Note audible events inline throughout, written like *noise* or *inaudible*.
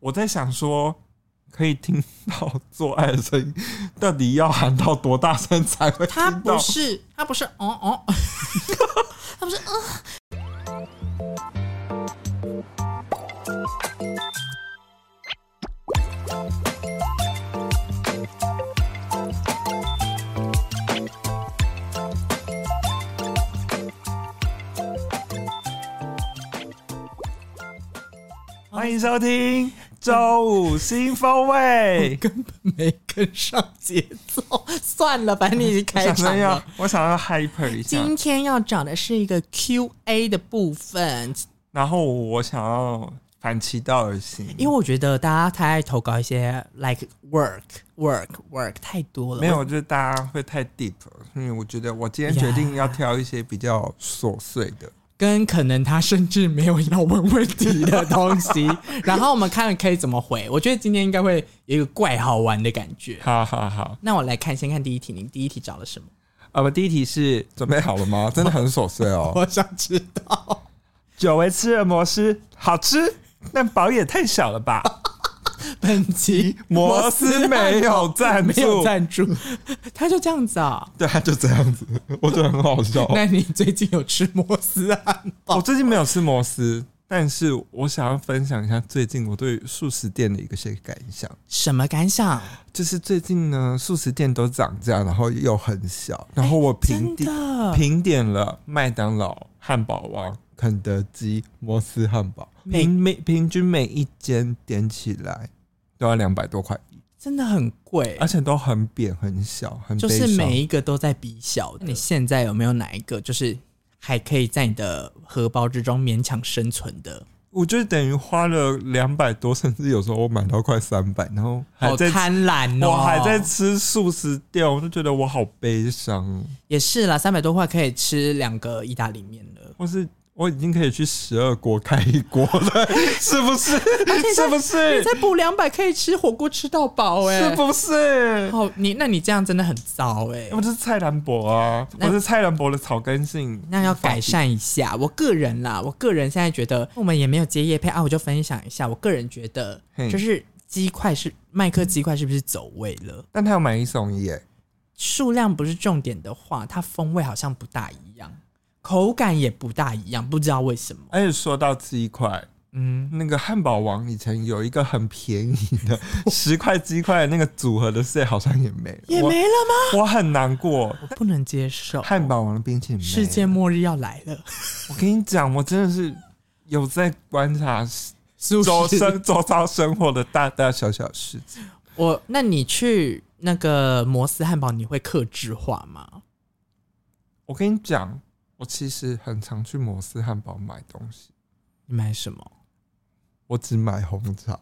我在想说，可以听到做爱的声音，到底要喊到多大声才会他听到不？是，他不是，哦哦， *laughs* 他不是， *laughs* 嗯、欢迎收听周五新风味。根本没跟上节奏。 *laughs* 算了，反正你已经我开想说场要了。，我想要 hyper 一下，今天要讲的是一个 Q&A 的部分，然后我想要反其道而行，因为我觉得大家太爱投稿一些 like work work work 太多了，没有，就是大家会太 deep，了所以我觉得我今天呀决定要挑一些比较琐碎的。跟可能他甚至没有要问问题的东 *laughs* 西，然后我们看可以怎么回。我觉得今天应该会有一个怪好玩的感觉。好好好，那我来看，先看第一题，你第一题找了什么？啊不，第一题是准备好了吗？真的很琐碎哦。我想知道。久违吃了摩斯，好吃，但饱也太小了吧？本集摩斯没有赞没有助，赞助，他就这样子啊、对，他就这样子， *laughs* 我觉得很好笑。那你最近有吃摩斯汉我堡？最近没有吃摩斯，但是我想要分享一下最近我对素食店的一个些感想。什么感想？就是最近呢，素食店都涨价，然后又很小，然后我评哎真点、的，评点了麦当劳、汉堡王、肯德基、摩斯汉堡，每平每平均每一间点起来都要两百多块真的啊很贵而，且都很扁、很小、很就悲是伤每一个都在比小的。那你现在有没有哪一个就是还可以在你的荷包之中勉强生存的？我就等于花了两百多，甚至有时候我买到快三百，然后还好在、贪婪哦！我还在吃素食店，我就觉得我好悲伤，也是啦，三百多块可以吃两个意大利面了。或是。我已经可以去十二国开一国了， *laughs* 是不是？是不是？再补两百可以吃火锅吃到饱哎、是不是？好，你那你这样真的很糟哎、我就是蔡澜博啊，那我是蔡澜博的草根性。那要改善一下。我个人啦，我个人现在觉得我们也没有接叶配啊，我就分享一下。我个人觉得嘿就是鸡块是麦克鸡块是不是走位了？但他有买一送一耶，数量不是重点的话，它风味好像不大一样，口感也不大一样，不知道为什么。而且哎说到鸡块，嗯，那个汉堡王以前有一个很便宜的 *laughs* 十块鸡块的那个组合的 set 好像也没了，也没了吗？我我很难过。 *laughs* 我不能接受，汉堡王的冰淇淋没了哦世界，末日要来了，我跟你讲，我真的是有在观察是不周 *laughs* 是生周遭生活的大大小小事情。我，那你去那个摩斯汉堡，你会克制化吗？我跟你讲，我其实很常去摩斯汉堡买东西，你买什么？我只买红茶，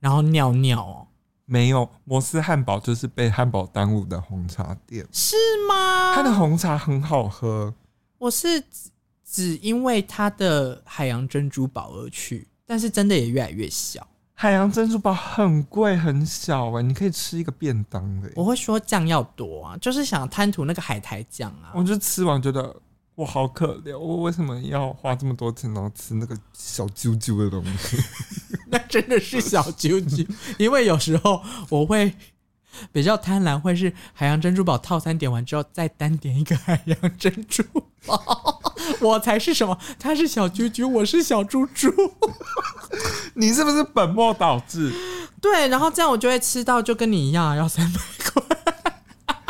然后尿尿哦？没有摩斯汉堡就是被汉堡耽误的红茶店，是吗？它的红茶很好喝。我是只只因为它的海洋珍珠堡而去，但是真的也越来越小。海洋珍珠堡很贵很小哎、你可以吃一个便当的、欸。我会说酱要多啊，就是想贪图那个海苔酱啊我。就吃完觉得我好可怜，我为什么要花这么多钱然后吃那个小啾啾的东西？那真的是 *laughs* 小啾啾，因为有时候我会比较贪婪，会是海洋珍珠堡套餐点完之后再单点一个海洋珍珠堡，我才是什么？他是小啾啾，我是小猪猪。 *laughs* 你是不是本末倒 *laughs* 置？ *laughs* 对，然后这样我就会吃到就跟你一样啊要三百块。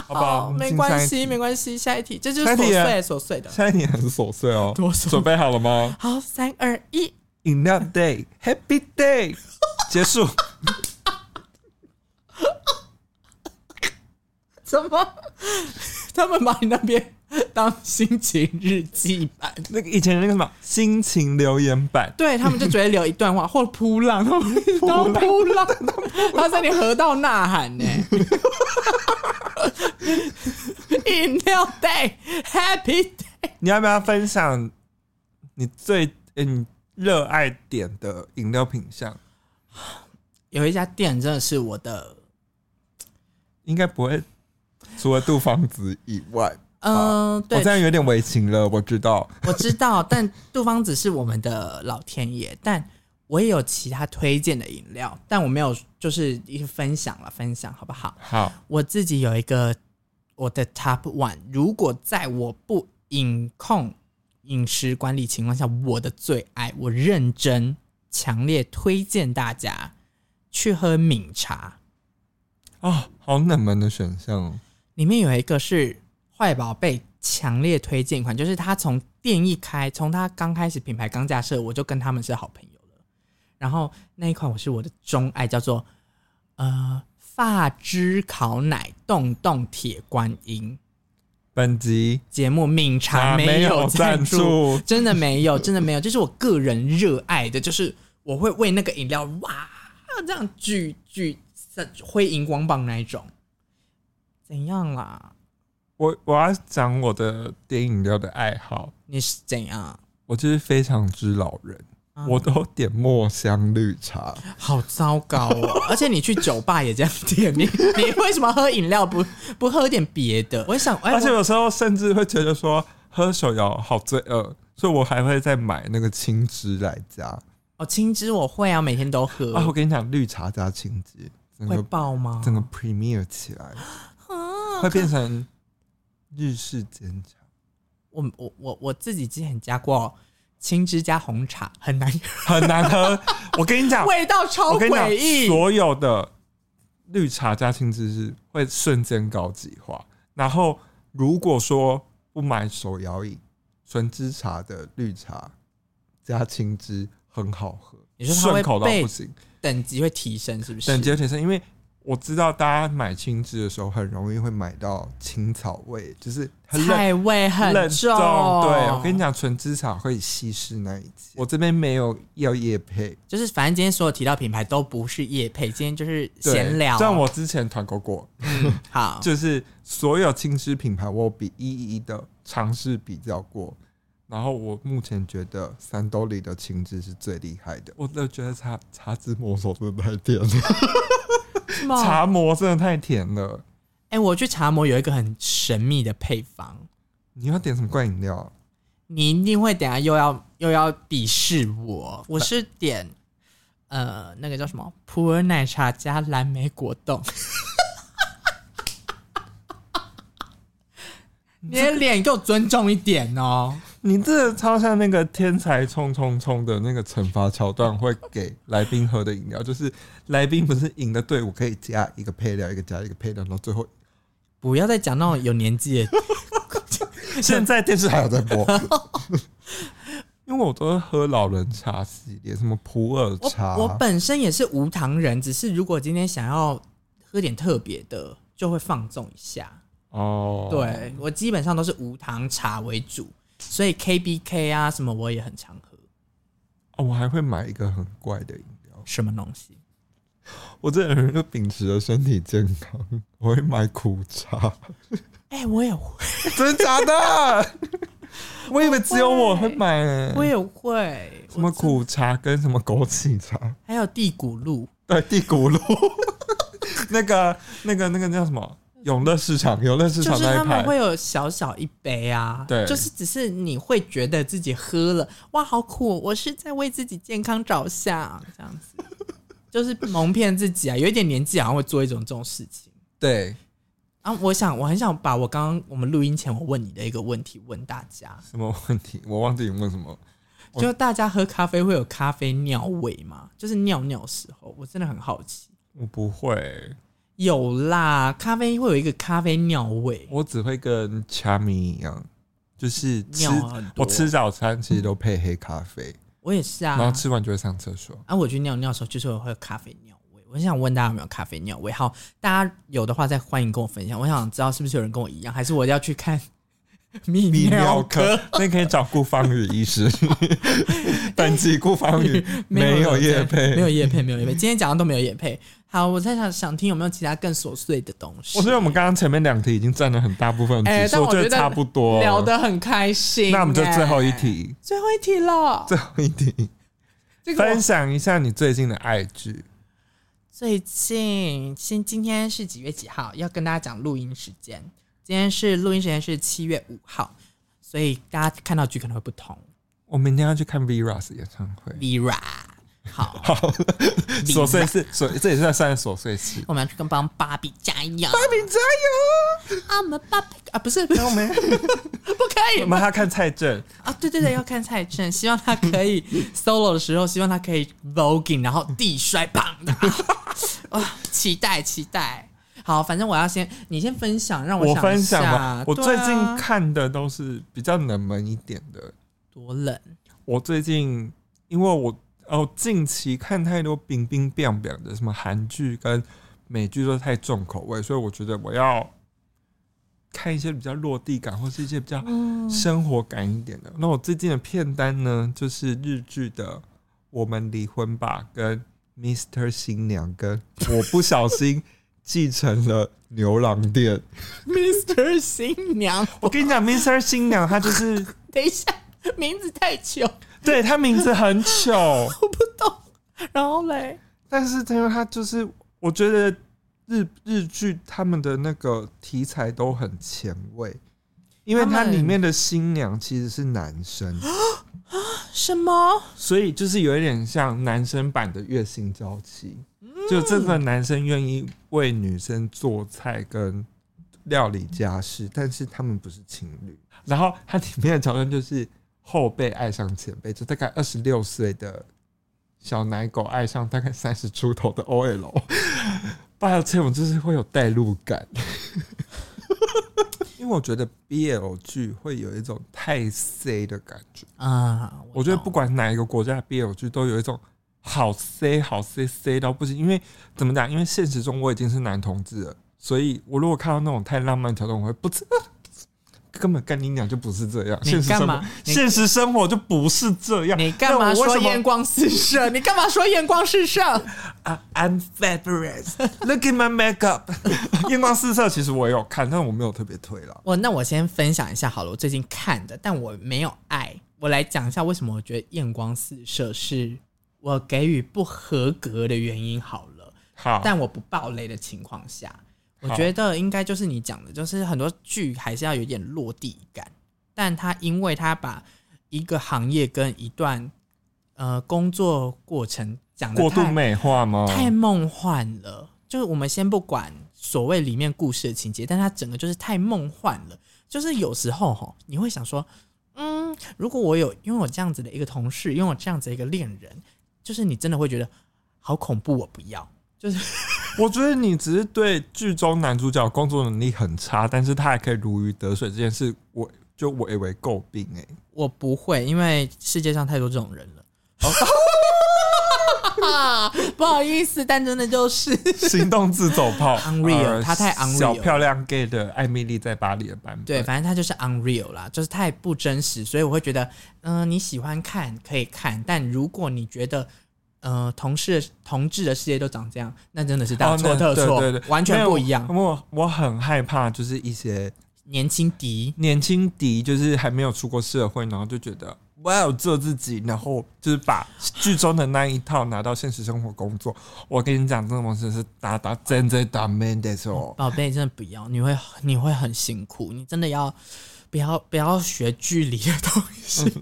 好不好？我们没进关下一系，题。没关系，下一题，这就是下琐一题啊碎琐碎的。下一题很琐碎哦，多琐碎准备好了吗？好，三二一，饮料 day happy *laughs* day 结束。怎么？ *laughs* 他们把你那边当心情日记版？那个以前那个什么心情留言板，对他们就只会留一段话，或扑浪，他们当扑浪， *laughs* 他在你河道呐喊呢、 *laughs* 饮料 day happy day，你要不要分享你最呃你热爱点的饮料品相？有一家店真的是我的，应该不会，除了杜芳子以外。嗯、我对这，样有点违情了，我知道。我知道，但杜芳子是我们的老天爷，但我也有其他推荐的饮料，但我没有就是一个分享了，分享好不好？好，我自己有一个我的 top one，如果在我不饮控饮食管理情况下，我的最爱，我认真强烈推荐大家去喝闽茶。啊，好冷门的选项哦。里面有一个是坏宝贝强烈推荐款，就是它从店一开，从它刚开始品牌刚架设，我就跟他们是好朋友了。然后那一款我是我的钟爱，叫做呃发汁烤奶冻冻铁观音。本集节目闽茶啊没有赞赞助，助，真的没有，真的没有，这是我个人热爱的，就是我会为那个饮料哇这样举举挥荧光棒那一种，怎样啦？我我要讲我的点饮料的爱好，你是怎样？我就是非常之老人，啊我都点墨香绿茶。好糟糕哦！ *laughs* 而且你去酒吧也这样 *laughs* 点，你你为什么喝饮料不不喝点别的？我想，哎、而且我有时候甚至会觉得说喝手摇好罪恶，所以我还会再买那个青汁来加。哦，青汁我会啊，每天都喝，啊，我跟你讲，绿茶加青汁，整会个爆吗？整个 premier 起来，啊会变成日式煎茶。我我我我自己之前加过青汁加红茶，很难，很难喝。我跟你讲，味道超我跟你诡讲，异。所有的绿茶加青汁是会瞬间高级化。然后如果说不买手摇饮，纯汁茶的绿茶加青汁很好喝，你说它会顺口到被不行，等级会提升是不是？等级提升，因为。我知道大家买青汁的时候很容易会买到青草味，就是它认菜味很冷重。对，我跟你，讲，纯芝茶会稀释那一切。我这边没有要夜配，就是反正今天所有提到品牌都不是夜配，今天就是对闲聊。啊像我之前团购过，好，就是所有青汁品牌，我比一一的尝试比较过。然后我目前觉得三兜里的青汁是最厉害的，我都觉得茶茶之魔手真的太甜了，什 *laughs* 么茶魔真的太甜了。哎、我去茶魔有一个很神秘的配方，你要点什么怪饮料啊？你一定会等下又要又要鄙视我。我是点呃那个叫什么普洱奶茶加蓝莓果冻。 *laughs* 你的脸给我尊重一点哦！你这个超像那个《天才冲冲冲》的那个惩罚桥段，会给来宾喝的饮料，就是来宾不是赢的队伍可以加一个配料，一个加一个配料，然后最后不要再讲那种有年纪的。 *laughs* 现在电视还有在播， *laughs* 因为我都是喝老人茶系列，什么普洱我茶，我本身也是无糖人，只是如果今天想要喝点特别的，就会放纵一下。哦，，对我基本上都是无糖茶为主，所以 KBK 啊什么我也很常喝。哦，我还会买一个很怪的饮料，什么东西？我这人就秉持着身体健康，我会买苦茶，哎、我也会， *laughs* 真假的？ *laughs* 我以为只有我会买、欸，我也会。什么我真？苦茶跟什么枸杞茶？ *laughs* 还有地骨露，对，地骨露， *laughs* 那个、那个、那个叫什么？永乐市场，永乐市就场是那他一排们，会有小小一杯啊，对就是只是你会觉得自己喝了，哇，好苦！我是在为自己健康着想，这样子， *laughs* 就是蒙骗自己啊。有一点年纪好像会做一种这种事情。对，啊，我想，我很想把我刚刚我们录音前我问你的一个问题问大家，什么问题？我忘记你问什么。我就大家喝咖啡会有咖啡尿味吗？就是尿尿的时候，我真的很好奇。我不会，有啦，咖啡会有一个咖啡尿味，我只会跟茶米一样，就是吃尿很我多。吃，早餐其实都配黑咖啡，我也是啊。然后吃完就会上厕所。啊，我去尿尿的时候就是会有咖啡尿味。我想问大家有没有咖啡尿味？好，大家有的话再欢迎跟我分享。我想知道是不是有人跟我一样，还是我要 *laughs* 去看泌泌尿尿科科？，那可以找顾芳宇医 *laughs* 师。本集顾芳宇没有夜叶配，没有叶配，没有叶配。今天讲的都没有叶配。好，我在想想听有没有其他更琐碎的东西。我觉得我们刚刚前面两题已经占了很大部分的哎题数，但我我觉觉得差不多聊得很开心、那我们就最后一哎，题，最后一题了。最后一题，这个我分享一下你最近的爱剧。最近，今今天是几月几号？要跟大家讲录音时间。今天是录音时间是七月五号，所以大家看到剧可能会不同。我明天要去看 Vera's 演唱会， Vera，好，好，明白琐碎事，琐这也算算琐碎事。我们要去跟帮芭比加油，芭比加油！啊，我们芭比啊，不是，不我 *laughs* 们可以我们还要看蔡政，啊，对对对，要看蔡正，希望他 *laughs* 可以 solo 的时候，希望他可以 voguing，然后地摔棒 *laughs* 的，啊，期待期待。好，反正我要先，你先分享，让我想分一享下吧。。我对最近啊看的都是比较冷门一点的。多冷，我最近因为我哦近期看太多冰冰冰冰的什么韩剧跟美剧都太重口味，所以我觉得我要看一些比较落地感或是一些比较嗯，生活感一点的。那我最近的片单呢，就是日剧的《我们离婚吧》跟《Mister 新娘》跟《我不小心继承了牛郎店》。 *laughs* Mr. 新娘，我跟你讲，《Mister 新娘》她就是等一下，名字太久，对她名字很糗，我不懂。然后嘞，但是因为她就是，我觉得日日剧他们的那个题材都很前卫。因为它他们里面的新娘其实是男生， *laughs* 什么？所以就是有一点像男生版的月薪娇妻，就这个男生愿意为女生做菜跟料理家事，但是他们不是情侣。然后它里面的桥段就是后辈爱上前辈，就大概二十六岁的小奶狗爱上大概三十出头的 OL，抱歉，我就是会有代入感。 *laughs* 因为我觉得 BL 剧会有一种太 C 的感觉，啊，我觉得懂不管哪一个国家的 BL 剧都有一种好 C 好 C C 到不行，因为怎么讲？因为现实中我已经是男同志了，所以我如果看到那种太浪漫的桥段，我会不知。 *laughs* 根本干你娘就不是这样，你现实生干活嘛，你现实生活就不是这样。你干嘛那我为说什么验光 *laughs* 四射？你干嘛说验光四射？啊，I'm fabulous. *laughs* Look at my makeup. *laughs* 夜光四射其实我也有看，但我没有特别推了。我那我先分享一下好了，我最近看的，但我没有爱。我来讲一下为什么我觉得验光四射是我给予不合格的原因好了。好，但我不爆雷的情况下，我好觉得应该就是你讲的，就是很多剧还是要有点落地感，但他因为他把一个行业跟一段呃工作过程讲的过度美化吗？太梦幻了。就是我们先不管所谓里面故事的情节，但它整个就是太梦幻了。就是有时候哈，你会想说，嗯，如果我有拥有这样子的一个同事，拥有这样子的一个恋人，就是你真的会觉得好恐怖，我不要。就是我觉得你只是对剧中男主角工作能力很差，但是他还可以如鱼得水这件事，我就我以为诟病哎、我不会，因为世界上太多这种人了。哦 *laughs* 不好意思，但真的就是 *laughs* 行动自走炮 Unreal，呃他太 unreal 小漂亮 gay 的艾米丽在巴黎的版本，对，，反正它就是 unreal 啦，就是太不真实，所以我会觉得，嗯、你喜欢看可以看，但如果你觉得，呃，同事同志的世界都长这样，那真的是大哦错那特对错，对对完全不一样。我我很害怕，就是一些年轻敌，年轻敌，就是还没有出过社会，然后就觉得我要做自己，然后就是把剧中的那一套拿到现实生活工作。我跟你讲，这种事是打打真真打 man 的时候，宝贝，真的不要，你会你会很辛苦，你真的要不要不要学距离的东 *laughs* 西，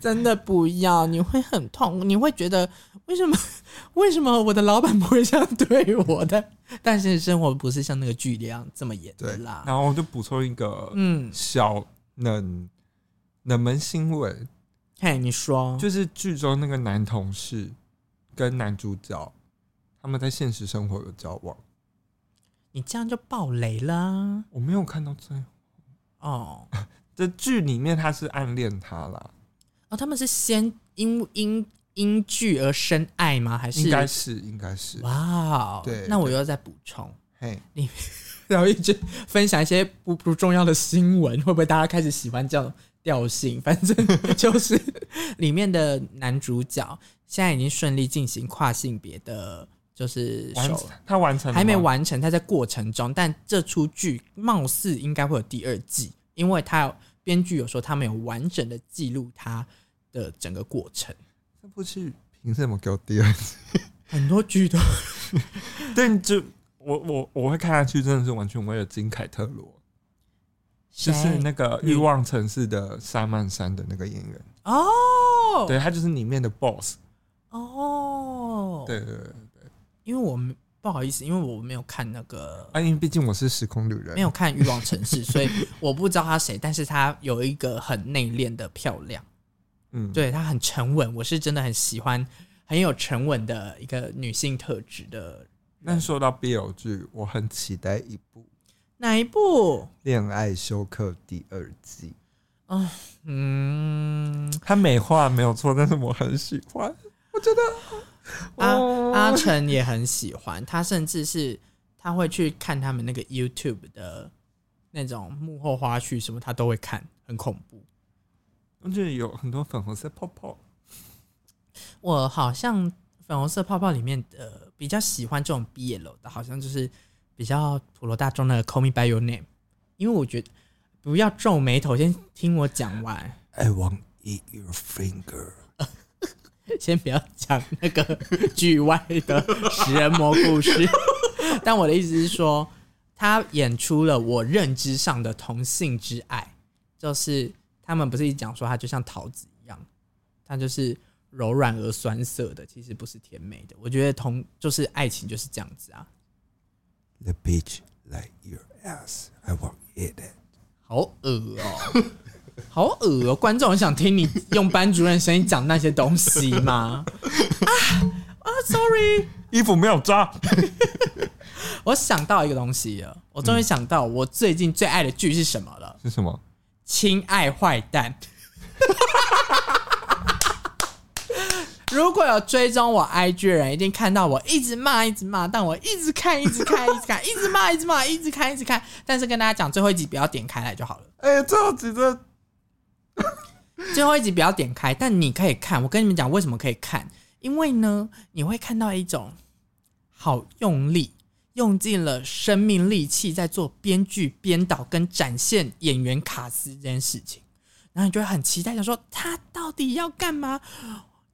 真的不要，你会很痛，你会觉得为什么 *laughs* 为什么我的老板不会这样对我的？但是生活不是像那个剧一样这么严对的啦。然后我就补充一个嗯，小冷冷门新闻，嘿，你说，就是剧中那个男同事跟男主角他们在现实生活有交往，你这样就爆雷啦。我没有看到最后。哦这剧里面他是暗恋他啦，哦，他们是先因因因剧而深爱吗？还是应该是应该是，哇哦，对那我对又再补充，嘿，然后一直分享一些不不重要的新闻，会不会大家开始喜欢这种调性？ *laughs* 反正就是里面的男主角现在已经顺利进行跨性别的，就是完手他完成了吗还没完成，他在过程中，但这出剧貌似应该会有第二季，因为他有编剧有说他没有完整的记录他的整个过程。这部剧凭什么给我第二 *laughs* 季？很多剧都但就我我我会看下去，真的是完全为了金凯特罗，就是那个《欲望城市》的沙曼山的那个演员，哦对他就是里面的 boss。哦，哦，对，对对，因为我们不好意思，因为我没有看那个，啊，因为毕竟我是时空旅人，没有看《欲望城市》，所以我不知道她谁，但是她有一个很内敛的漂亮，嗯，对她很沉稳，我是真的很喜欢很有沉稳的一个女性特质的但说到 BL 剧，我很期待一部《哪一部？恋爱休克》第二季。嗯，它美化没有错，但是我很喜欢，我觉得阿哦阿成也很喜欢，他甚至是他会去看他们那个 YouTube 的那种幕后花絮什么，他都会看，很恐怖。我觉得有很多粉红色泡泡。我好像粉红色泡泡里面的比较喜欢这种 BL 的，好像就是比较普罗大众的《Call Me by Your Name》，因为我觉得不要皱眉头，先听我讲完。 I want eat your finger。 *laughs* 先不要讲那个剧外的食人魔故 *laughs* 事，但我的意思是说，他演出了我认知上的同性之爱，就是他们不是一直讲说他就像桃子一样，他就是柔软而酸涩的，其实不是甜美的。我觉得同就是爱情就是这样子啊。 The bitch like your ass. I want eat it. 好恶哦、 *laughs* 好恶哦、观众很想听你用班主任声音讲那些东西吗？ *laughs* 啊啊，sorry，衣服没有抓， *laughs* 我想到一个东西了，我终于想到我最近最爱的剧是什么了，是什么？亲爱坏蛋》。如果有追踪我 IG 的人，一定看到我一直骂，一直骂，但我一直看，一直看，一直看，一直骂，一直骂，一直看，一直看。但是跟大家讲，最后一集不要点开来就好了。哎、最后几个最后一集不要点开，但你可以看。我跟你们讲为什么可以看，因为呢，你会看到一种好用力、用尽了生命力气在做编剧、编导跟展现演员卡司这件事情，然后你就会很期待，想说他到底要干嘛？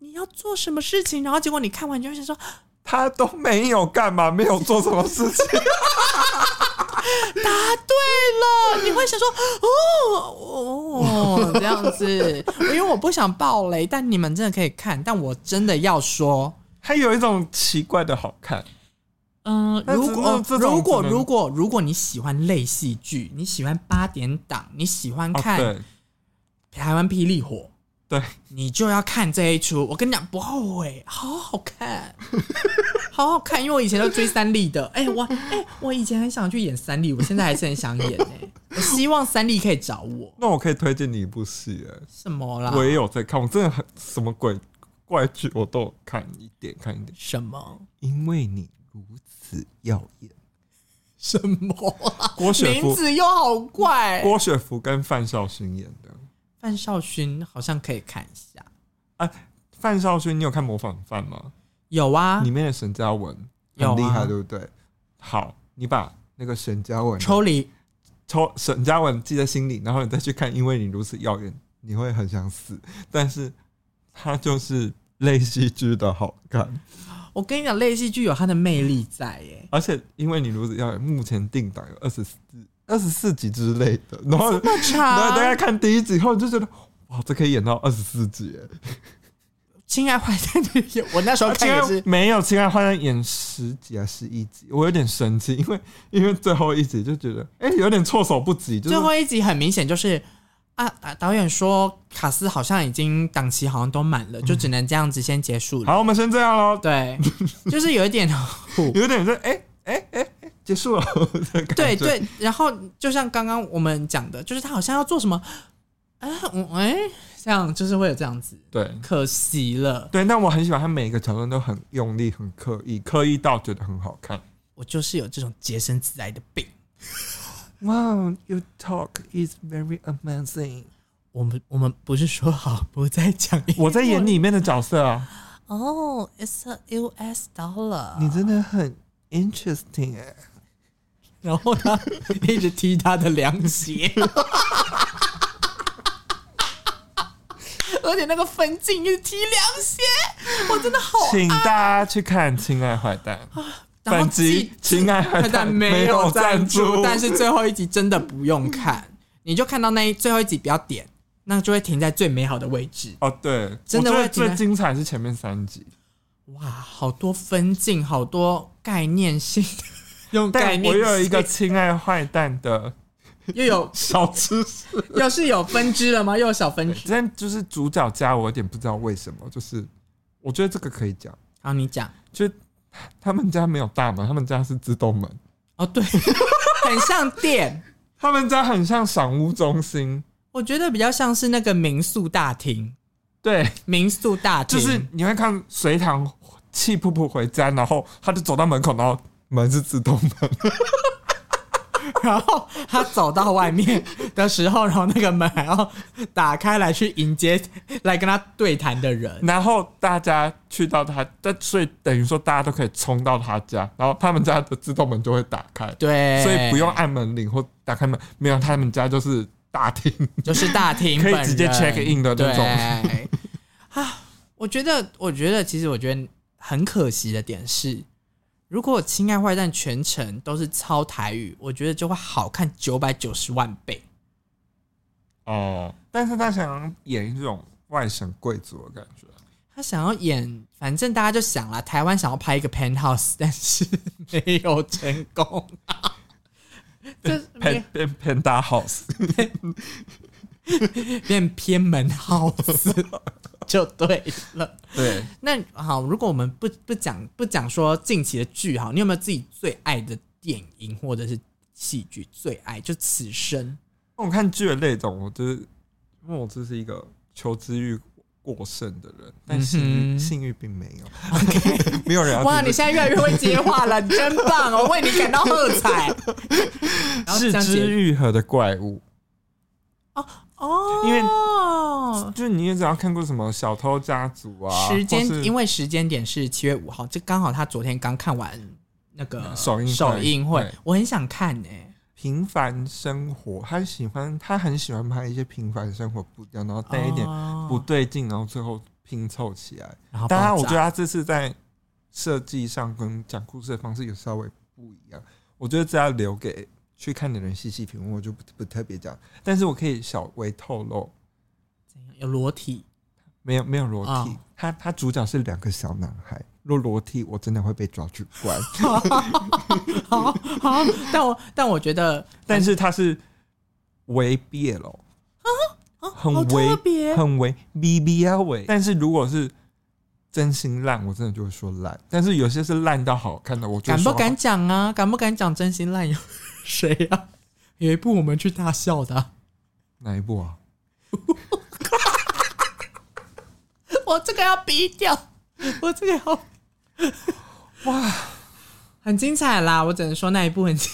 你要做什么事情？然后结果你看完，你就会想说，啊他都没有干嘛，没有做什么事情。 *laughs* 答对了，你会想说哦哦这样子，因为我不想爆雷，但你们真的可以看，但我真的要说，他有一种奇怪的好看，嗯，那如只果那这种如果只能如果如果你喜欢类戏剧，你喜欢八点档，你喜欢哦看对台湾霹雳火，对，你就要看这一出。我跟你讲，不后悔，好好看，好好看。因为我以前都追三立的，哎、我哎、我以前很想去演三立，我现在还是很想演呢、我希望三立可以找我，那我可以推荐你一部戏、哎。什么啦？我也有在看，我真的很什么鬼怪剧我都有看一点看一点，什么因为你如此耀眼。什么啊、郭雪名芙，字又好怪。郭雪芙跟范少勋演的。范少勋好像可以看一下，范少勋，你有看《模仿犯》吗？有啊里，面的沈嘉文有啊很厉害，对不对？好，你把那个沈嘉文抽离抽沈嘉文记在心里，然后你再去看《因为你如此耀眼》，你会很想死。但是它就是类戏剧的好看，我跟你讲，类戏剧有它的魅力在 *laughs* 耶。而且《因为你如此耀眼》目前定档有二十四二十四集之类的，然后那然后大家长，看第一集后，你就觉得哇，这可以演到二十四集耶。亲爱坏蛋的也，我那时候看也亲是爱，没有《亲爱花旦》演十集啊，十一集，我有点生气，因为 *laughs* 因为最后一集就觉得哎、有点措手不及，就是最后一集很明显就是啊，导导演说卡斯好像已经档期好像都满了，就只能这样子先结束了。好，我们先这样喽， *laughs* 对，就是有一点有点这哎哎哎哎结束了， *laughs* 这感对觉对，然后就像刚刚我们讲的，就是他好像要做什么，啊，嗯哎、这样就是会有这样子，对可惜了，对，但我很喜欢他每一个桥段都很用力、很刻意，刻意到觉得很好看。我就是有这种洁身自爱的病。 Wow, your talk is very amazing。我们我们不是说好不再讲英文？我在演里面的角色啊，哦、i t s a U.S. dollar。你真的很 interesting 哎、然后他一直踢他的凉鞋， *laughs* 而且那个分镜一直踢凉鞋，我真的好。啊请大家去看《亲爱坏蛋》。然后本集《亲爱坏蛋但》没没有赞助，助，但是最后一集真的不用看，你就看到那一最后一集不要点，那就会停在最美好的位置。哦，对，真的我觉会得停最在精彩是前面三集，哇，好多分镜，好多概念性的，用概但念我性有一个亲爱坏蛋的又有小知识，又是有分支了吗？又有小分支。但就是主角家，我有点不知道为什么，就是我觉得这个可以讲，好，你讲就是他们家没有大门，他们家是自动门，*laughs* 哦，对，很像店，他们家很像赏屋中心，我觉得比较像是那个民宿大厅，对，民宿大厅就是你会看隋唐气噗噗回家，然后他就走到门口，然后门是自动 *laughs* 门， *laughs* 然后他走到外面的时候，然后那个门还要打开来去迎接来跟他对谈的人。然后大家去到他，但所以等于说大家都可以冲到他家，然后他们家的自动门就会打开，对，所以不用按门铃或打开门，没有他们家就是大厅，就是大厅可以本人直接 check in 的那种对啊，我觉得，我觉得，其实我觉得很可惜的点是，如果《亲爱坏蛋》全程都是操台语，我觉得就会好看九百九十万倍。 *laughs* 哦。但是他想演一种外省贵族的感觉，他想要演，反正大家就想了，台湾想要拍一个 penthouse，但是没有成功、啊。 *laughs* 这偏偏偏大 house，变偏 *laughs* 门 house 就对了。对，那好，如果我们不不讲不讲说近期的剧好，你有没有自己最爱的电影或者是戏剧最爱？就此生我看剧的那种，我就是因为我这是一个求知欲过剩的人，但性欲、嗯哼性欲并没 *laughs* 有没有人要哇！听你现在越来越会接话了，你真棒哦，我为你感到喝 *laughs* 彩。然后这是样之子愈合的怪物，哦，因为为就是你也只要看过什么《小偷家族》啊，时间或是因为时间点是七月五号，这刚好他昨天刚看完那个嗯首映会首映会对，我很想看哎、平凡生活，他喜欢他很喜欢拍一些平凡生活步调，然后带一点哦不，对劲，然后最后拼凑起来。然后当然，爆我炸觉得他这次在设计上跟讲故事的方式有稍微不一样。我觉得这要留给去看的人细细品味，我就不不特别讲。但是我可以小微透露，怎样有裸 *laughs* 体没有没有裸体哦，他他主角是两个小男孩。若裸体，我真的会被抓去关。好好，但我但我觉得但是他是微 BL 哦啊很好微特别很微 BBL 微。但是如果是真心烂，我真的就会说烂。但是有些是烂到好看的，我就敢不说好敢讲啊？敢不敢讲真心烂友？ *laughs* 谁呀、啊？有一部我们去大笑的啊、 *laughs* 哪一部啊？我这个要逼掉，我这个要哇，很精彩啦！我只能说那一部很精，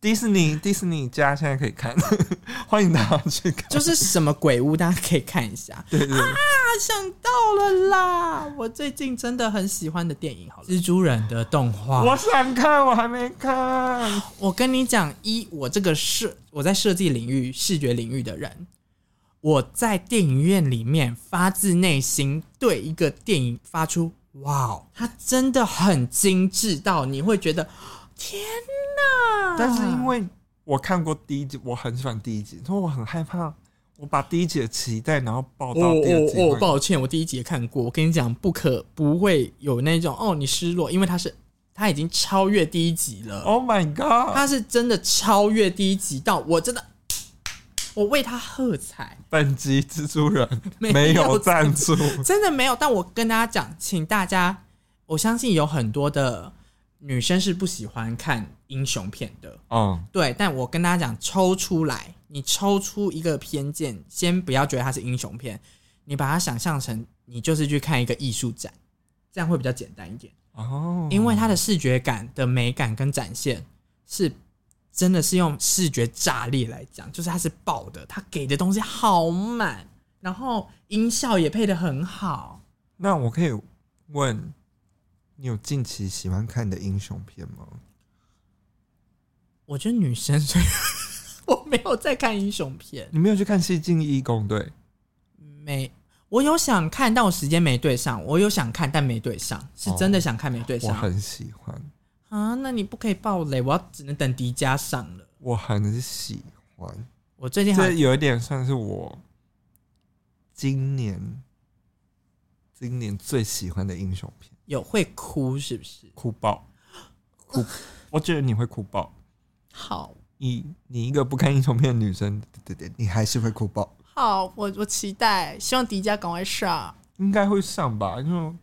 迪士尼迪士尼家现在可以看， *laughs* 欢迎大家去看。就是什么鬼屋，大家可以看一下。 *laughs* 对对对，啊，想到了啦！我最近真的很喜欢的电影，好了，蜘蛛人的动 *laughs* 画，我想看，我还没看。我跟你讲，一我这个设我在设计领域、视觉领域的人，我在电影院里面发自内心对一个电影发出“哇哦”，它真的很精致到你会觉得天哪！但是因为我看过第一集，我很喜欢第一集，所以我很害怕，我把第一集的期待然后报哦到第二哦集哦，会。抱歉，我第一集也看过。我跟你讲，不可不会有那种哦，你失落，因为它是它已经超越第一集了。 Oh my god！他是真的超越第一集到我真的，我为他喝彩，本集蜘蛛人 *laughs* 没没有有赞助，真的没有。但我跟大家讲，请大家，我相信有很多的女生是不喜欢看英雄片的，嗯，对。但我跟大家讲，抽出来，你抽出一个偏见，先不要觉得它是英雄片，你把它想象成你就是去看一个艺术展，这样会比较简单一点。哦，因为它的视觉感的美感跟展现是真的是用视觉炸裂来讲，就是它是爆的，它给的东西好满，然后音效也配的很好。那我可以问，你有近期喜欢看的英雄片吗？我觉得女生虽然 *laughs* 我没有在看英雄片，你没有去看《西进义工队》？没我有想看，但我时间没对上。我有想看，但没对上，是真的想看没对我上、很喜欢，啊。那你不可以爆雷，我要只能等迪迦上了。我很喜欢，我最近好这有一点算是我今年今年最喜欢的英雄片。有会哭是不是？哭爆，哭，我觉得你会哭爆。好你你一个不看英雄片的女生，对对对，你还是会哭爆，好，我我期待，希望迪迦赶快上。应该会上吧？因为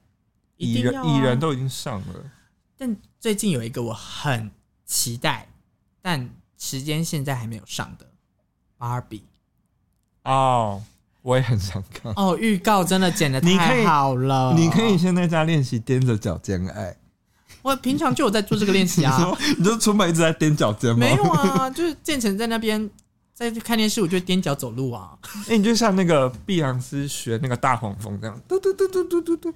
一蚁定人要、蚁啊、人都已经上了，但最近有一个我很期待，但时间现在还没有上的《芭比》哦，我也很想看。哦，预告真的剪的你可太以好了，你可以，先在家练习踮着脚尖爱。我平常就有在做这个练习你 *laughs* 啊，说，你就出门一直在踮脚尖吗？没有啊， *laughs* 就是建成在那边在看电视，我就踮脚走路啊， *laughs* 哎、你就像那个碧昂斯学那个大黄蜂这样，嘟嘟嘟嘟嘟嘟嘟。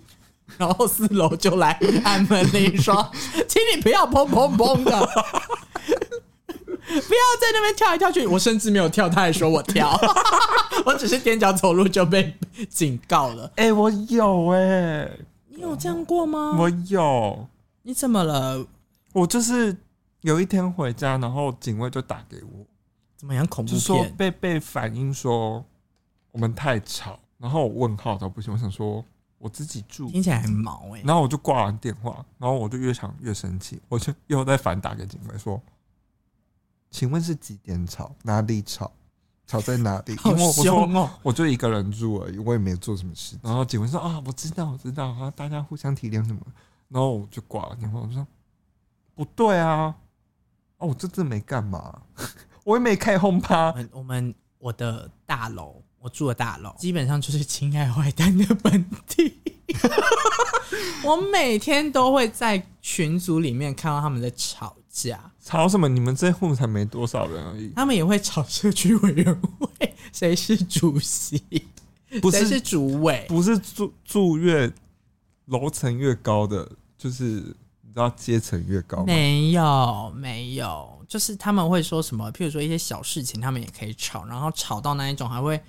然后四楼就来按门铃说：“ *laughs* 请你不要砰砰砰的， *laughs* 不要在那边跳来跳去。”我甚至没有跳，他还说我跳， *laughs* 我只是踮脚走路就被警告了。哎、我有哎、你有这样过吗？我有，你怎么了？我就是有一天回家，然后警卫就打给我，怎么样恐怖就说片？被被反映说我们太吵，然后我问号到不行，我想说我自己住，听起来很毛哎、然后我就挂完电话，然后我就越想越生气，我就又再反打给警卫说，请问是几点吵？哪里吵？吵在哪 *laughs* 里？因好为我说凶哦！我就一个人住而已，我也没做什么事。然后警卫说啊，我知道，我知道啊，大家互相体谅什么。然后我就挂了电话，我就说不对啊，哦，我这次没干嘛， *laughs* 我也没开轰趴我，们我们我的大楼，我住的大楼，基本上就是情爱坏蛋的本地。 *laughs* 我每天都会在群组里面看到他们在吵架，吵什么？你们这户才没多少人而已，他们也会吵社区委员会，谁是主席，不谁是是主委，不是住住越楼层越高的，就是你知道阶层越高吗？没有，没有，就是他们会说什么，譬如说一些小事情，他们也可以吵，然后吵到那一种，还会，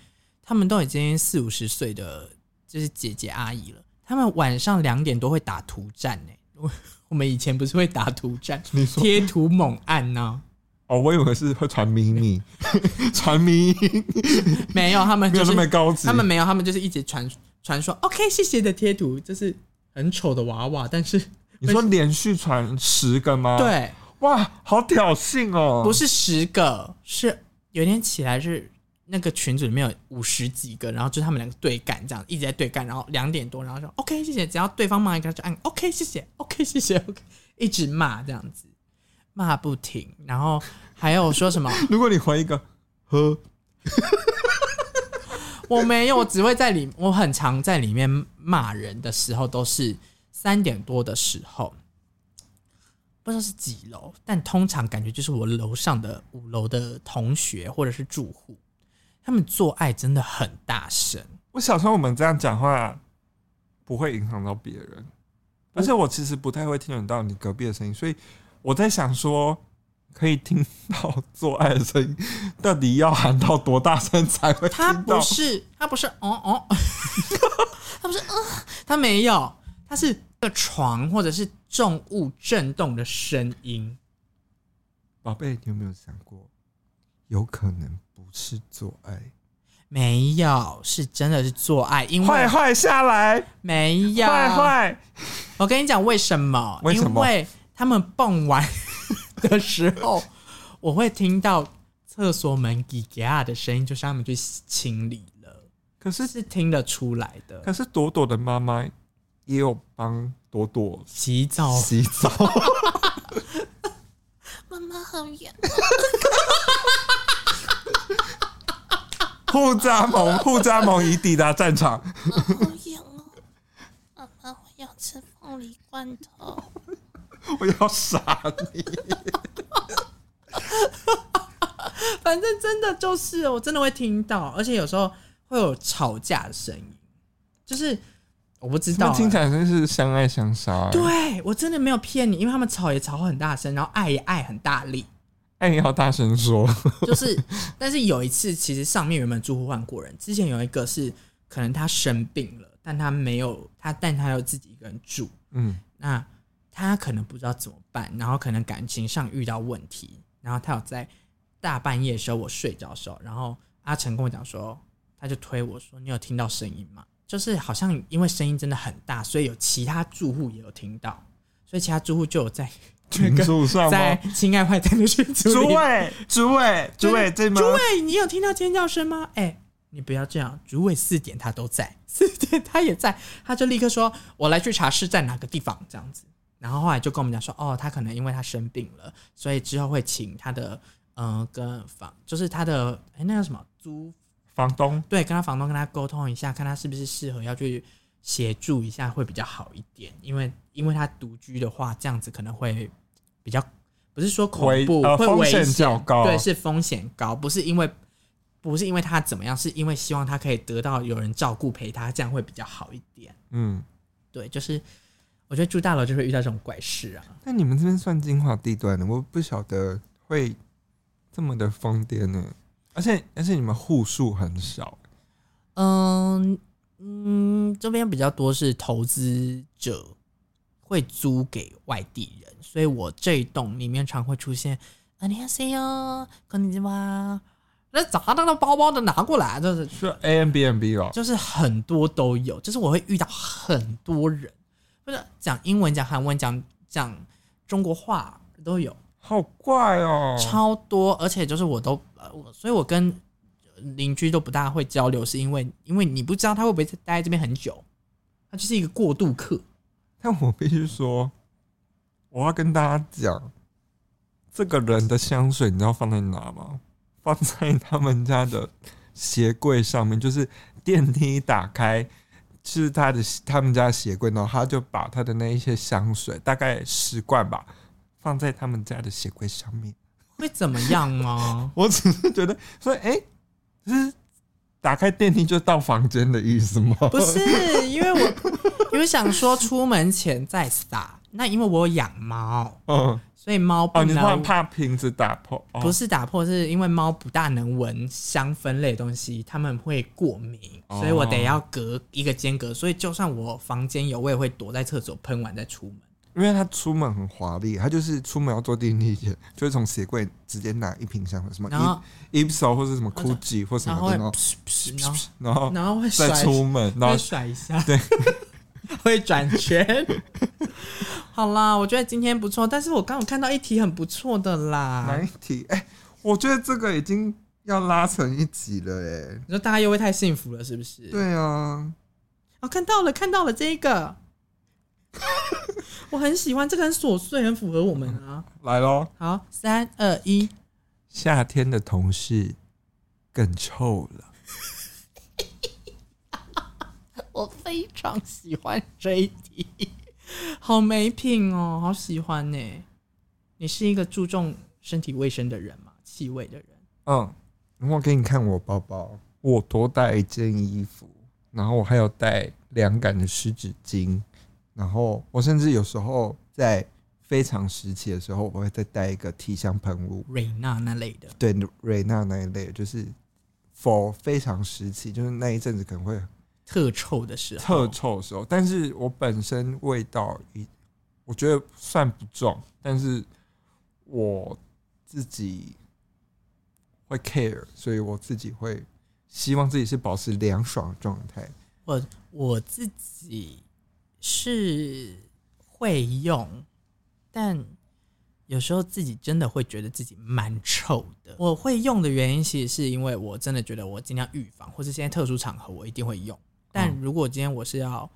他们都已经四五十岁的，就是姐姐阿姨了，他们晚上两点多会打图战呢、 *laughs* 我我们以前不是会打图 *laughs* 战，你说贴图猛按呢、哦，我以为是会传迷你， *laughs* 传迷你没有，他们没就有是那么高级，他们没有，他们就是一直传传说，OK，谢谢的贴图，就是很丑的娃娃，但是你说连续传十个吗？。对，哇，好挑衅哦！不，是十个，是有一天起来是那个群组里面有五十几个，然后就是他们两个对干，这样一直在对干，然后两点多，然后说 OK 谢谢，只要对方骂一个他就按 OK 谢谢，OK 谢谢，OK 一直骂这样子，骂不停，然后还有说什么如果你回一个呵，我没有，我只会在里，我很常在里面骂人的时候都是三点多的时候。不知道是几楼，但通常感觉就是我楼上的五楼的同学或者是住户，他们做爱真的很大声。我小时候我们这样讲话不会影响到别人，而且我其实不太会听得到你隔壁的声音，所以我在想说，可以听到做爱的声音，到底要喊到多大声才会他听到不？是，他不是，哦哦， *laughs* 他不是，嗯、他没有，他是个床或者是重物震动的声音。 *laughs* 宝贝，你有没有想过，有可能不是做爱？没有，是真的是做爱，*laughs* 因坏为坏下来，没有坏坏，我跟你讲为什么？为什么因为他们蹦完的时候，我会听到厕所门“叽叽啊”的声音，就是他们去清理了，可是是听得出来的。可是朵朵的妈妈也有帮朵朵洗澡，洗澡， *laughs* 妈妈好痒，互加盟，互加盟已抵达战场。好痒哦！妈妈，我要吃凤梨罐头。我要杀你！啊反正真的就是，我真的会听到，而且有时候会有吵架的声音，就是我不知道、那听起欸。来真是相爱相杀、欸。，对我真的没有骗你，因为他们吵也吵很大声，然后爱也爱很大力，爱哎你要大声说。就是，但是有一次，其实上面原本住户换过人，之前有一个是可能他生病了，但他没有他，但他又自己一个人住，嗯，那他可能不知道怎么办，然后可能感情上遇到问题，然后他有在大半夜的时候我睡着的时候，然后阿成跟我讲说，他就推我说：“你有听到声音吗？”就是好像因为声音真的很大，所以有其他住户也有听到，所以其他住户就有在那群个主上在吗？亲爱坏蛋的群诸组里，位，诸位，诸位，这门主委，你有听到尖叫声吗？哎、你不要这样，主委四点他都在， *laughs* 四点他也在，他就立刻说，我来去查是在哪个地方这样子。然后后来就跟我们讲说，哦，他可能因为他生病了，所以之后会请他的，呃，跟房就是他的，哎，那叫什么租房东对，跟他房东跟他沟通一下，看他是不是适合要去协助一下会比较好一点，因为因为他独居的话，这样子可能会比较不是说恐危怖，呃会风危险险较高对，是风险高，不是因为不是因为他怎么样，是因为希望他可以得到有人照顾陪他，这样会比较好一点。嗯，对，就是我觉得住大楼就会遇到这种怪事啊，那你们这边算精华地段的，我不晓得会这么的疯癫呢。而且而且你们户数很少，嗯嗯，这边比较多是投资者会租给外地人，所以我这一栋里面常会出现啊안녕하세요，こんにちは。那砸那个包包的拿过来，就是是 A M B N B 哦，就是很多都有，就是我会遇到很多人，不是讲英文、讲韩文、讲讲中国话都有。好怪哦，超多，而且就是我都，呃我所以我跟邻居都不大会交流，是因为因为你不知道他会不会在待在这边很久，他就是一个过渡客。 *laughs* 但我必须说，我要跟大家讲，这个人的香水你知道放在哪吗？ *laughs* 放在他们家的鞋柜上面，就是电梯打开是他的他们家的鞋柜，然后他就把他的那一些香水，大概十罐吧，放在他们家的鞋柜上面。？会怎么样吗 *laughs* 我只是觉得说，哎、就是打开电梯就到房间的意思吗？不是，因为我因为想说出门前再撒，那因为我有养猫，嗯，所以猫 *laughs* 不哦，你能、怕怕瓶子打破？哦、不是打破，是因为猫不大能闻香氛类的东西，它们会过敏，哦所以我得要隔一个间隔，所以就算我房间有，我也会躲在厕所喷完再出门。因为他出门很华丽，他就是出门要坐电梯前，就会从鞋柜直接拿一瓶香水，什么然后 i p s o 或者什么 Gucci 或什然后么的，会然后噗噗然然后后然后会甩再出门，然会后甩一下，对， *laughs* 会转圈。 *laughs* 好啦，我觉得今天不错，但是我刚有看到一题很不错的哪啦一，题？哎、我觉得这个已经要拉成一集了、哎，你说大家又会太幸福了是不是？，对啊，哦，看到了，看到了这一个， *laughs* 我很喜欢，这个很琐碎，很符合我们啊。来咯，好，三二一，夏天的同事更臭了，我非常喜欢。这一题，好没品哦，好喜欢呢、你是一个注重身体卫生的人吗？气味的人。嗯，我给你看我包包，我多带一件衣服，然后我还有带凉感的湿纸巾，然后我甚至有时候在非常时期的时候，我会再带一个体香喷雾，瑞娜那类的，对瑞娜那一类，就是 for 非常时期，就是那一阵子可能会特臭的时候，特臭的时候，但是我本身味道一，我觉得算不重，但是我自己会 care，所以我自己会希望自己是保持凉爽的状态。我我自己是会用，但有时候自己真的会觉得自己蛮臭的。我会用的原因，其实是因为我真的觉得我尽量预防，或是现在特殊场合我一定会用。但如果今天我是要，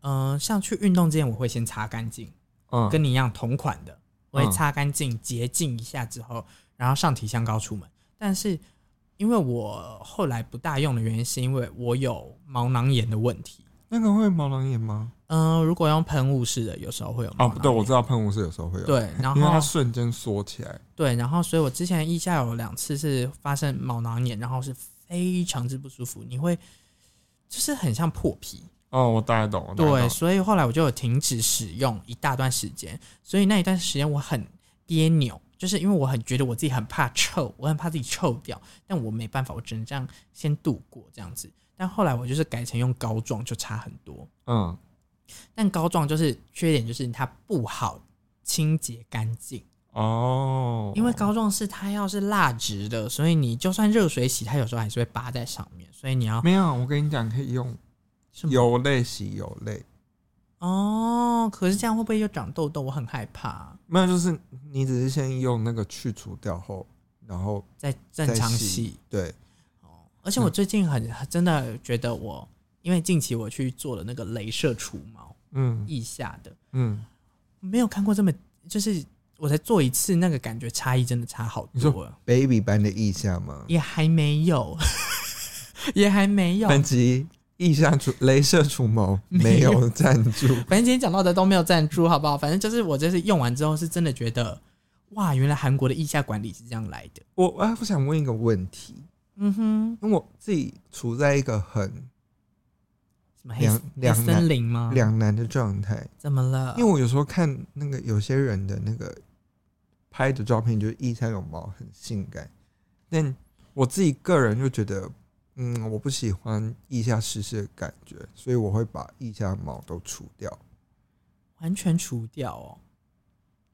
嗯、像去运动之前，我会先擦干净，嗯，跟你一样同款的，我会嗯擦干净、洁净一下之后，然后上体香膏出门。但是因为我后来不大用的原因，是因为我有毛囊炎的问题。那个会毛囊炎吗？嗯、如果用喷雾式的，有时候会有毛哦，囊不炎对，我知道喷雾是有时候会有，，对，然因为它后瞬间缩起来。对，然后所以我之前腋下有两次是发生毛囊炎，然后是非常之不舒服，你会就是很像破皮，哦，我大概懂，我大概对，懂。所以后来我就有停止使用一大段时间，所以那一段时间我很别扭，就是因为我很觉得我自己很怕臭，我很怕自己臭掉，但我没办法，我只能这样先度过这样子。但后来我就是改成用膏状，就差很多。嗯，但膏状就是缺点，就是它不好清洁干净，哦，因为膏状是它要是蜡质的，所以你就算热水洗，它有时候还是会扒在上面，所以你要没有，我跟你讲，可以用什么油类洗油类，哦，可是这样会不会又长痘痘？我很害怕。没有就是你只是先用那个去除掉后，然后在正再常洗洗，，对，哦而且我最近很真的觉得我，因为近期我去做了那个镭射除毛，嗯腋下的嗯，没有看过这么，就是我才做一次，那个感觉差异真的差好你说多了。 baby 般的意象吗？也还没有， *laughs* 也还没有。本集意象除镭射除毛没没有有赞助，反正今天讲到的都没有赞助，好不好？反正就是我这次用完之后，是真的觉得，哇，原来韩国的腋下管理是这样来的。 *laughs* 我啊，我想问一个问题，嗯哼，因为我自己处在一个很什么黑两黑两森难林吗？两难的状态，怎么了？因为我有时候看那个有些人的那个拍的照片，就是腋下有毛，很性感，但我自己个人就觉得，嗯，我不喜欢腋下湿湿的感觉，所以我会把腋下毛都除掉，完全除掉哦，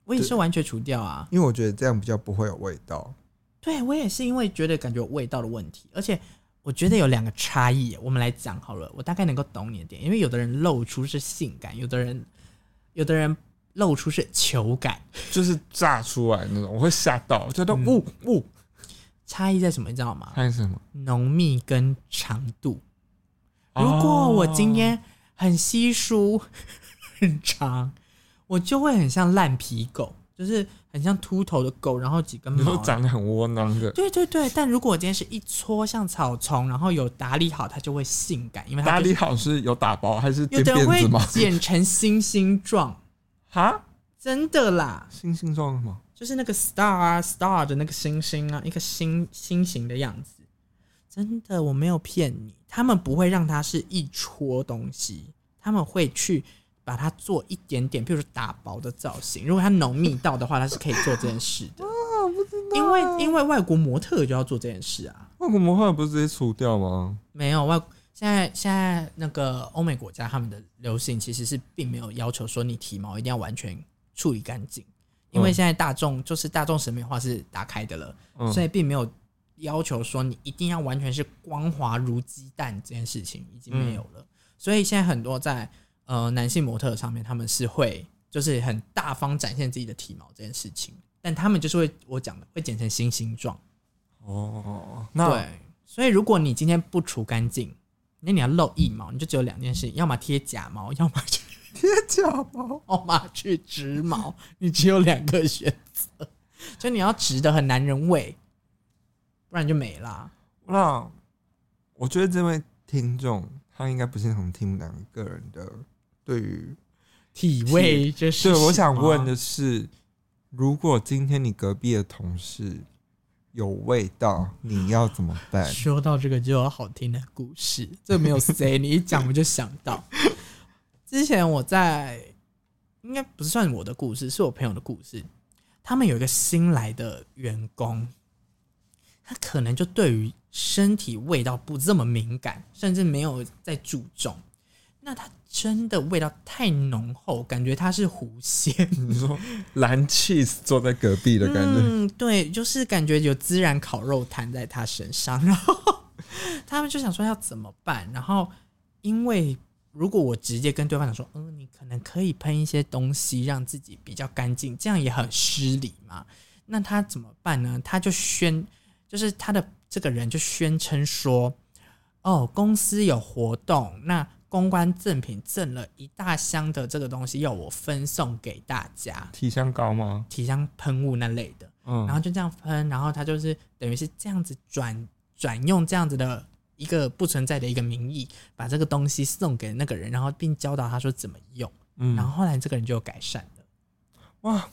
我也是完全除掉啊。因为我觉得这样比较不会有味道。对我也是因为觉得感觉有味道的问题，而且我觉得有两个差异，我们来讲好了。我大概能够懂你的点，因为有的人露出是性感，有的人有的人露出是球感。就是炸出来那种，我会吓到，我觉得嗯哦呜呜，差异在什么，你知道吗？看什么？浓密跟长度。哦如果我今天很稀疏、 *laughs* 很长，我就会很像烂皮狗，就是很像秃头的狗，然后几根哦你毛说。长得很窝囊的，对对对，但如果我今天是一撮像草丛，然后有打理好，它就会性感，因为它打就是理好是有打包还是有编的人辫子吗会？剪成星星状，哈，真的啦，星星状的吗？就是那个 star 啊 star 的那个星星啊，一个星星形的样子，真的我没有骗你，他们不会让它是一撮东西，他们会去把它做一点点，譬如说打薄的造型，如果它浓密到的话，它是可以做这件事的。因为因为外国模特就要做这件事啊，外国魔幻不是直接除掉吗？没有外。现在现在那个欧美国家他们的流行其实是并没有要求说你体毛一定要完全处理干净，因为嗯现在大众就是大众审美化是打开的了，嗯，所以并没有要求说你一定要完全是光滑如鸡蛋这件事情已经没有嗯了。所以现在很多在呃男性模特上面，他们是会就是很大方展现自己的体毛这件事情，但他们就是会我讲的会剪成星星状。哦，那对，所以如果你今天不除干净，那你要露腋毛，你就只有两件事，要么贴假毛， *laughs* 要么去贴假毛，要么去植毛，你只有两个选择， *laughs* 就你要植的很男人味，不然就没啦。那我觉得这位听众他应该不是很听我们两个人的对于，体味这是对，我想什么问的是，如果今天你隔壁的同事有味道，你要怎么办？说到这个就有好听的故事，这没有 C，你一讲我就想到。之前我在，应该不算我的故事，是我朋友的故事。他们有一个新来的员工，他可能就对于身体味道不这么敏感，甚至没有在注重。那他真的味道太浓厚，感觉他是狐仙。你说蓝 cheese 坐在隔壁的感觉，嗯，对，就是感觉有孜然烤肉摊在他身上，然后 *laughs* 他们就想说要怎么办，然后因为如果我直接跟对方讲说，嗯，你可能可以喷一些东西让自己比较干净，这样也很失礼嘛。那他怎么办呢？他就宣，就是他的这个人就宣称说，哦，公司有活动，那公关赠品赠了一大箱的这个东西，要我分送给大家，体香膏吗？体香喷雾那类的。嗯，然后就这样喷，然后它就是等于是这样子转转用这样子的一个不存在的一个名义，把这个东西送给那个人，然后并教导他说怎么用，嗯然后后来这个人就有改善了，哇，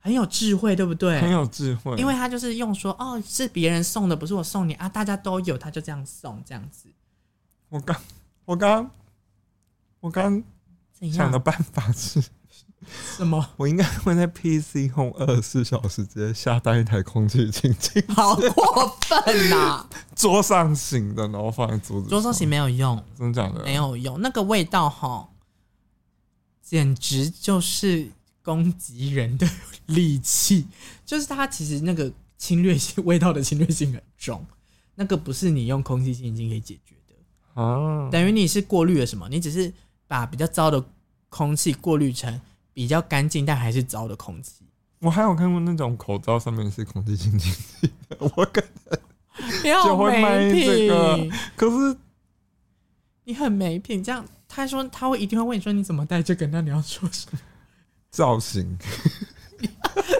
很有智慧，对不很对？有智慧，因为他就是用说哦是别人送的，不是我送你啊，大家都有，他就这样送这样子，我刚我刚我刚怎想的样？办法是，什么？我应该会在 PC Home 二十四小时直接下单一台空气清净机，好过分啊呐、 *laughs* 桌上型的，然后放在桌子。桌上型，没有用，真的假的？没有用，那个味道哈，简直就是攻击人的 *laughs* 利器。就是它其实那个侵略性味道的侵略性很重，那个不是你用空气清新机可以解决的。啊，等于你是过滤了什么？你只是把比较糟的空气过滤成比较干净但还是糟的空 *laughs* 气。我还有看过那种口罩上面是空气清净剂的，我感你好就会卖没这个品，可是你很没品。这样他说他会一定会问你说你怎么戴这个？那你要说什么？造型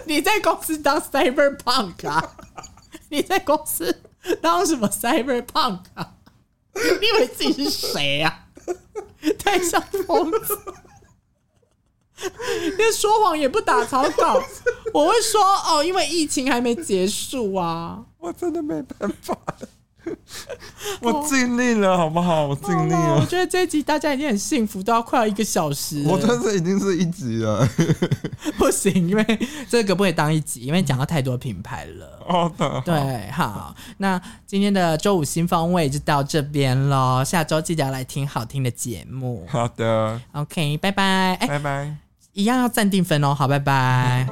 你在公司当 cyberpunk 啊？你在公司当什么 cyberpunk 啊？你以为自己是谁啊？太像疯子！连说谎也不打草稿，我会说哦，因为疫情还没结束啊。我真的没办法了，我尽力了，好不好？我尽力好啦我了，觉得这一集大家已经很幸福，都要快要一个小时了。我真是已经是一级了。不行，因为这个不可以当一集，因为讲到太多品牌了。好的，对，好，那今天的周五新方位就到这边喽，下周记得要来听好听的节目。好的， OK，拜拜。哎、拜拜。一样要暂定分哦，好，拜拜。